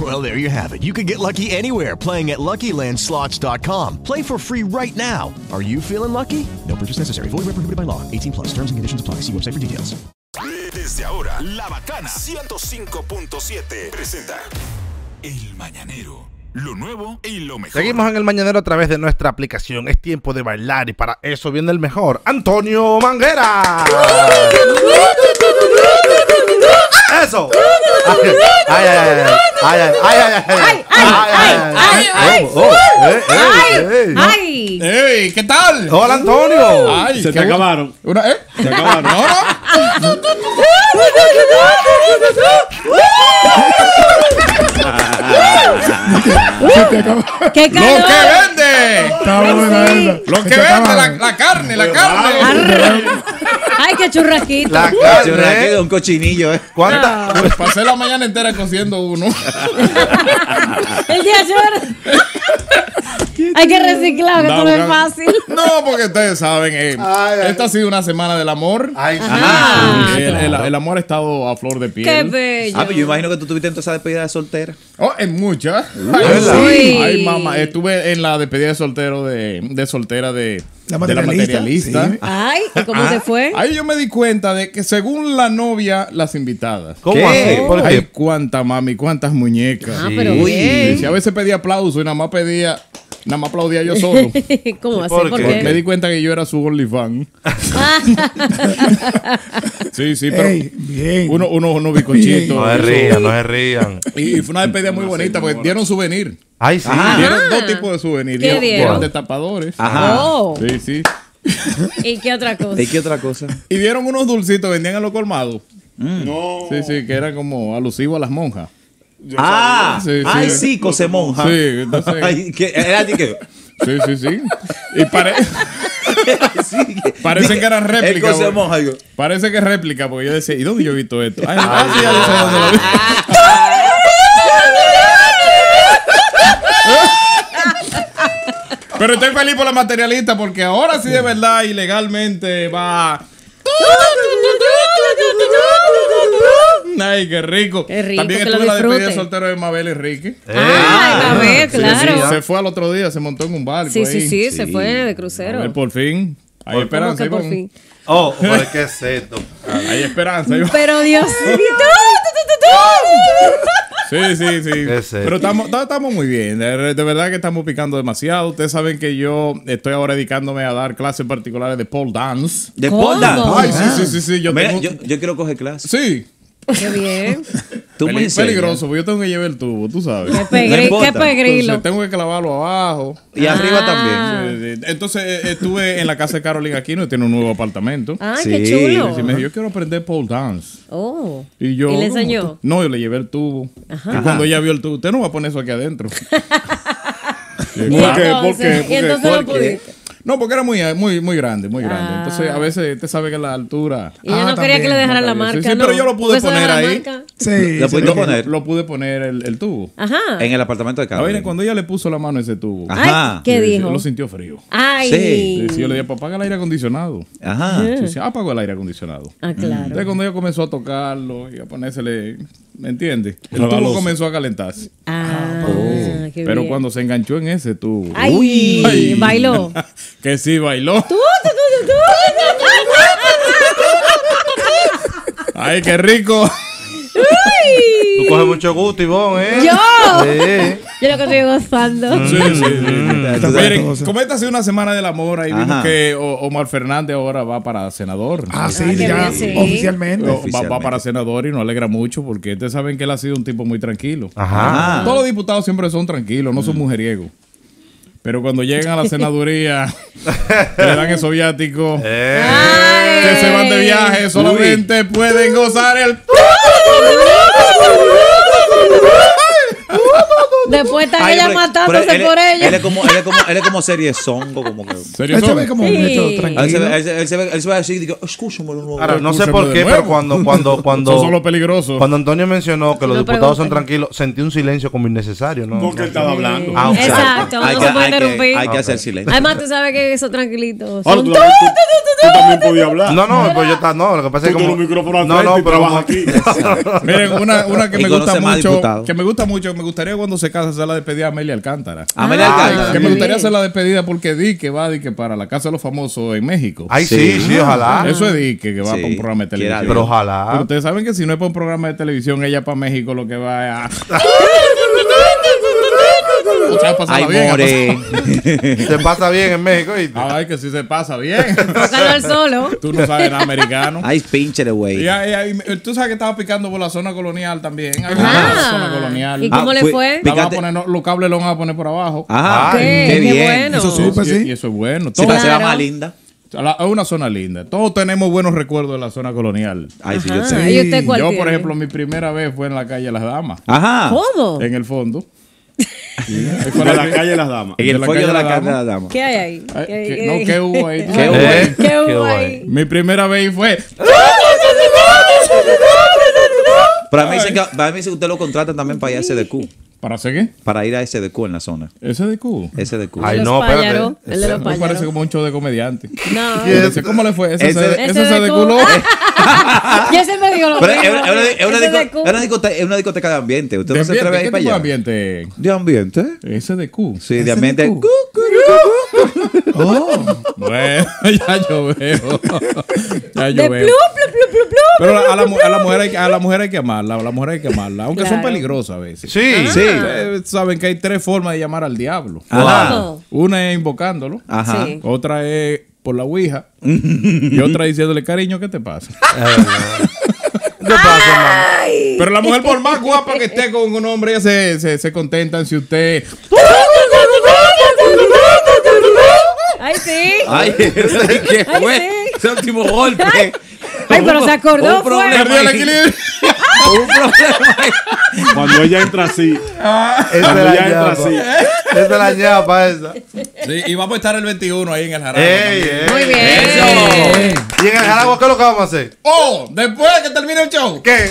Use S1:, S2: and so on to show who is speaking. S1: Well, there you have it. You can get lucky anywhere playing at LuckyLandSlots.com. Play for free right now. Are you feeling lucky? No purchase necessary. Void where prohibited by law. 18 plus. Terms and conditions apply. See website for details.
S2: Desde ahora, La Bacana 105.7 presenta El Mañanero. Lo nuevo y lo mejor.
S3: Seguimos en el mañanero a través de nuestra aplicación. Es tiempo de bailar y para eso viene el mejor, Antonio Manguera. Eso. Ay, ay, ay, ay, ay, ay, ay, ay, ay, ay, Oh, oh, eh, eh, eh.
S4: ¡Ay!
S5: ¡Ey! ¿Qué tal?
S3: Hola Antonio.
S5: Ay,
S4: Se
S5: qué
S4: te
S5: bu-
S4: acabaron.
S5: Una, ¿eh?
S4: Se acabaron.
S5: No, no.
S4: Se te acabaron.
S5: ¡Lo
S4: ¡Qué
S5: que vende!
S4: Está buena esa.
S5: ¡Lo
S4: Se
S5: que
S4: te
S5: vende! La,
S4: acabaron.
S5: la carne, la carne.
S4: Arr.
S6: Ay, qué churrasquito.
S3: La
S7: Yo me
S3: carne.
S7: quedo un cochinillo, ¿eh?
S3: ¿Cuánta?
S5: Pasé la mañana entera cociendo uno.
S6: El día ayer. Hay que reciclar, que esto no es
S5: Laura.
S6: fácil.
S5: No, porque ustedes saben, eh,
S3: Ay, ay.
S5: esta ha sido una semana del amor. Ah,
S3: Ay, sí.
S5: el, el- el amor ha estado a flor de piel.
S6: Ah. Qué bello.
S7: Ah, pero yo imagino que tú tuviste entonces esa despedida de soltera.
S5: Oh, en muchas.
S6: Uh.
S5: Ay,
S3: ¿verdad?
S5: sí.
S6: Uy.
S5: Ay, mamá. Estuve en la despedida de soltero de, de soltera de
S4: La
S5: de Ah,
S4: materialista, sí.
S6: Ay, ¿y cómo se fue?
S5: Ahí yo me di cuenta de que según la novia, las invitadas.
S3: ¿Cómo
S7: ¿Qué?
S3: así? ¿Por
S5: Ay,
S3: qué?
S5: cuánta mami, cuántas muñecas.
S6: Ah, pero
S5: Uy,
S6: bien.
S5: si a veces pedía aplauso y nada más pedía, nada más aplaudía yo solo. pues
S6: ¿Cómo va a
S3: ¿Por
S6: ser? ¿Por
S3: qué?
S6: qué?
S5: Me di cuenta que yo era su OnlyFan. sí, sí, pero
S4: Ey, bien.
S5: uno, uno, uno bicochito.
S3: No se
S5: eso.
S3: rían, no se rían.
S5: Y fue una despedida muy bonita porque dieron souvenir.
S3: Ay, sí.
S5: Dieron dos tipos de souvenirs.
S6: Ah. ¿Qué
S5: Dieron,
S6: dieron?
S5: dieron de tapadores.
S7: Ajá.
S6: Oh,
S5: Sí, sí.
S6: ¿y qué otra cosa?
S7: ¿Y qué otra cosa?
S5: Y dieron unos dulcitos, vendían en los colmados. No. Sí, sí, que eran como alusivos a las monjas.
S7: ah,
S5: sabía. Sí,
S7: ay,
S5: sí.
S7: sí, cose monja.
S5: Sí, entonces-
S7: Ay, que, era así que.
S5: Sí, sí, sí. Y pare-
S7: sí, que-
S5: Parece que era
S7: el
S5: réplica,
S7: cose
S5: güey.
S7: monja. digo.
S5: parece que es réplica, porque yo decía, ¿y dónde yo he visto esto? Ay, ah, sí, ya lo sé dónde lo vi. Pero estoy feliz por la materialista porque ahora sí de verdad y legalmente va. Ay, qué rico.
S6: Qué rico,
S5: También
S6: que
S5: estuve
S6: lo
S5: en la despedida de
S6: disfruten.
S5: soltero de Mabel Enrique.
S6: Ay, a ver,
S5: Ah. Sí, sí,
S6: Eh, claro.
S5: se fue al otro día, se montó en un barco.
S6: Sí, sí,
S5: ahí.
S6: sí, se fue de
S5: A ver,
S6: crucero.
S5: por fin. Hay
S6: ¿Cómo
S5: esperanza.
S6: que
S5: ahí
S6: por
S5: vamos.
S6: fin?
S3: Oh, ¿por qué es esto?
S5: Hay esperanza. ahí vamos.
S6: Pero Dios mío.
S5: Sí, sí, sí.
S3: Ese.
S5: Pero estamos, ta- estamos muy bien. De, de verdad que estamos picando demasiado. Ustedes saben que yo estoy ahora dedicándome a dar clases particulares de pole dance.
S7: De
S6: ¿Cómo?
S7: pole dance.
S5: Ay, sí, sí, sí, sí. Yo
S7: Mira,
S5: tengo-
S7: yo, yo quiero coger clase.
S5: Sí.
S6: Qué bien.
S7: Tú
S5: Peli-
S7: me enseñas.
S5: peligroso, porque yo tengo que llevar el tubo, tú sabes.
S6: Qué, pegri-
S7: No
S6: qué
S7: importa.
S6: pegrilo.
S5: Entonces tengo que clavarlo abajo.
S7: Y arriba
S6: Ah.
S7: también.
S5: Eh, Entonces eh, estuve en la casa de Carolina Aquino y tiene un nuevo apartamento.
S6: Ay, qué
S7: Sí,
S6: chulo.
S5: Y me dijo, yo quiero aprender pole dance.
S6: Oh.
S5: Y yo.
S6: ¿Y le
S5: ¿cómo
S6: enseñó?
S5: tú? No, yo le llevé el tubo. Y cuando ella vio el tubo, usted no va a poner eso aquí adentro. Yo,
S6: ¿Y
S5: ¿Por qué? ¿Por
S6: entonces?
S5: qué?
S6: ¿Y
S5: ¿Por qué?
S6: entonces no
S5: ¿Por qué?
S6: pudiste?
S5: No, porque era muy, muy, muy grande, muy grande.
S6: Ah.
S5: Entonces, a veces te sabe que la altura.
S6: Y ella
S4: Ah,
S6: no quería que le
S4: también,
S6: dejaran la
S5: no
S6: marca.
S5: cabía. Sí, sí,
S6: no.
S5: pero yo lo pude
S6: Pues,
S5: poner
S6: ¿la
S5: ahí.
S6: marca? Ah.
S4: Sí.
S7: Lo pudiste
S5: Lo,
S7: poner
S5: lo pude poner el, el tubo.
S6: Ajá.
S7: en el apartamento de
S5: A
S7: Carlos.
S5: ver, cuando ella le puso la mano a ese tubo,
S7: Ah.
S6: Ay,
S7: Ajá.
S6: ¿qué
S5: eh,
S6: dijo?
S5: lo sintió frío.
S6: Ay.
S7: Sí.
S5: Sí, yo le dije, papá, apaga el aire acondicionado.
S7: Ajá.
S6: Mm.
S5: Sí, sí, apagó el aire acondicionado.
S6: Ah, claro.
S5: Entonces, cuando ella comenzó a tocarlo y a ponérsele, ¿me entiendes? El
S4: La
S5: tubo
S4: balosa.
S5: comenzó a calentarse. Oh.
S6: Ah,
S7: Oh.
S6: qué
S5: Pero
S6: bien.
S5: cuando se enganchó en ese tubo.
S6: Ay,
S5: Ay.
S6: bailó.
S5: que sí bailó. Ay, qué rico.
S3: Tú coges mucho gusto, Ivonne, ¿eh?
S6: Yo.
S3: Sí.
S6: Yo lo que estoy
S7: Mm.
S6: gozando.
S5: Sí, sí, sí.
S7: Está
S5: Miren,
S7: todo eso.
S5: como esta ha sido una semana del amor, ahí
S7: Ajá.
S5: vimos que O- Omar Fernández ahora va para senador.
S4: Ah, sí, Ah, qué ya, bien, sí. oficialmente.
S5: O- Va, va
S4: Oficialmente.
S5: para senador y nos alegra mucho porque ustedes saben que él ha sido un tipo muy tranquilo.
S7: Ah.
S4: Ajá.
S5: Todos los diputados siempre son tranquilos, no
S7: Mm.
S5: son mujeriegos. Pero cuando llegan a la senaduría, le dan esos viáticos.
S7: Eh.
S5: Que se van de viaje, solamente pueden gozar el.
S6: Después están
S7: Ay,
S6: ellas
S7: pero-
S6: matándose
S7: pero él-
S6: por
S7: Él
S6: ella.
S7: es como, él es como, él es como serie zongo, como que.
S5: Serie Él se ve zongo. como
S6: un bicho Sí.
S7: Él se
S5: tranquilo.
S7: ve, él se, él se ve, él se ve así y digo, escúchame de nuevo.
S8: Ahora, no sé por qué, pero cuando, cuando, cuando.
S5: Eso es lo peligroso.
S8: Cuando Antonio mencionó que los
S6: No
S8: diputados son
S6: pregunten.
S8: tranquilos, sentí un silencio como innecesario, ¿no?
S5: Porque él estaba hablando.
S8: Ah, ok.
S6: Exacto, no se puede interrumpir.
S8: hacer
S7: silencio.
S6: Además, tú sabes que eso tranquilito.
S5: Oh,
S8: Ahora
S6: Son
S8: tú
S6: tú,
S8: la-
S6: tú, tú, tú, tú.
S8: también podía hablar. No, no, pues yo estaba. No, lo que pasa es que.
S5: Tú
S8: como-
S5: con los micrófonos al
S8: No,
S5: frente
S8: no,
S5: y
S8: pero.
S5: trabajas
S8: como-
S5: aquí. Miren, una, una que
S7: Y
S5: me
S7: conoce
S5: gusta
S7: más
S5: mucho,
S7: diputados.
S5: que me gusta mucho, que me gustaría cuando se casa hacer la despedida a Amelia Alcántara. Ah,
S7: Amelia Alcántara.
S5: Que me
S7: Sí.
S5: gustaría hacer la despedida porque di que va di que para la casa de los famosos en México.
S7: Ah.
S8: Ay, sí, sí, ojalá.
S5: Eso es di que, que va
S8: Sí,
S5: para un programa de
S8: quiera
S5: televisión.
S8: Dios. Pero
S7: Ah.
S8: ojalá.
S5: Ah, Pero ustedes saben que si no es para un programa de televisión, ella para México lo que va es a O sea, pasarla
S8: Ay,
S5: bien, a
S8: more. Se pasa bien en México.
S5: Ay, que si se pasa bien.
S6: Tócalo al solo.
S5: Tú no sabes nada americano.
S7: Ay, pinche de
S5: Y
S7: güey.
S5: ahí- ahí- tú sabes que estaba picando por la zona colonial también. ahí
S7: Ajá.
S5: por la Ah, zona colonial.
S6: ¿Y cómo Ah, le fue- fue?
S5: La van a
S7: picante.
S5: poner- no, los cables los van a poner por abajo.
S7: Ah, Ay, qué, qué qué bien. bueno.
S5: Eso sí,
S7: Sí, pues
S5: y-
S7: sí.
S5: y eso es bueno.
S7: Sí, para
S5: Todo-
S7: ser la más linda.
S5: La- Es una zona linda. Todos tenemos buenos recuerdos de la zona colonial.
S7: Ay, sí, yo Ajá. sé. ¿Y usted cuál
S5: Yo, por
S7: tiene?
S5: ejemplo, mi primera vez fue en la calle Las Damas.
S7: Ajá.
S6: ¿Cómo?
S5: En el fondo.
S9: De la calle Las Damas.
S7: En el
S5: la
S7: follo
S5: calle
S7: de la
S5: Las
S7: calle
S5: Damas.
S7: Las Damas.
S6: ¿Qué hay ahí? ¿Qué,
S5: ¿Qué- no, ¿qué hubo ahí?
S6: ¿Qué hubo ahí? ¿Qué hubo ahí?
S5: Mi primera vez fue.
S7: Pero a mí dicen que, a mí dicen que usted lo contratan también para ir a SDQ.
S5: ¿Para hacer qué?
S7: Para ir a SDQ en la zona.
S5: ¿SDQ?
S7: SDQ.
S5: Ay, Los no, espérate. pájaros, el de los
S7: Me
S5: pájaros. parece como un show de comediante.
S6: No.
S5: Dice, ¿Cómo le fue? ¿Ese,
S7: Ah. Ese- Ah.
S5: se- ese
S6: ese
S5: se
S6: de
S5: de
S6: culo.
S5: culo?
S6: Yo siempre digo lo
S7: Pero es
S6: mismo.
S7: una- es una- es una
S6: Ese
S7: disco-
S6: de
S7: es una discoteca- es una discoteca de ambiente. Usted no se atreve a ir para allá.
S5: ambiente?
S7: ¿De ambiente?
S5: Ese de Q.
S7: Sí, de ambiente. Oh.
S5: Bueno, ya yo veo. ya yo
S6: De
S5: veo.
S6: plu, plu, plu, plu, plu,
S5: Pero a la,
S6: plu,
S5: mu- a la mujer hay, que- a la mujer hay que amarla, a la mujer hay que amarla, aunque son
S6: Claro.
S5: peligrosas a veces.
S8: Sí.
S7: Ah. Sí.
S5: Eh, Saben que hay tres formas de llamar al diablo.
S7: Ajá. ¿Cómo?
S5: Una es invocándolo,
S7: Ajá. Sí.
S5: otra es por la ouija y otra diciéndole, cariño, ¿qué te pasa? Pero la mujer, por más guapa que esté con un hombre, ella se, se, se contentan si usted...
S6: Ay, sí.
S7: Ay, ¿qué fue? Ese último golpe.
S6: Ay, pero se acordó.
S7: Un
S6: fue.
S7: problema. Perdió el
S5: equilibrio.
S7: Un problema.
S9: Cuando ella entra así.
S8: Esa
S9: Cuando
S8: es la
S9: ella entra
S8: ñapa.
S9: así.
S8: Esa es la ñapa, esa.
S5: Sí, y vamos a estar el 21 ahí en el jarabe.
S8: Ey,
S5: Ah, también.
S8: ey. Muy bien. ¿Y en el jarabo qué es lo que vamos a hacer?
S5: ¡Oh! Después de que termine el show.
S8: ¿Qué?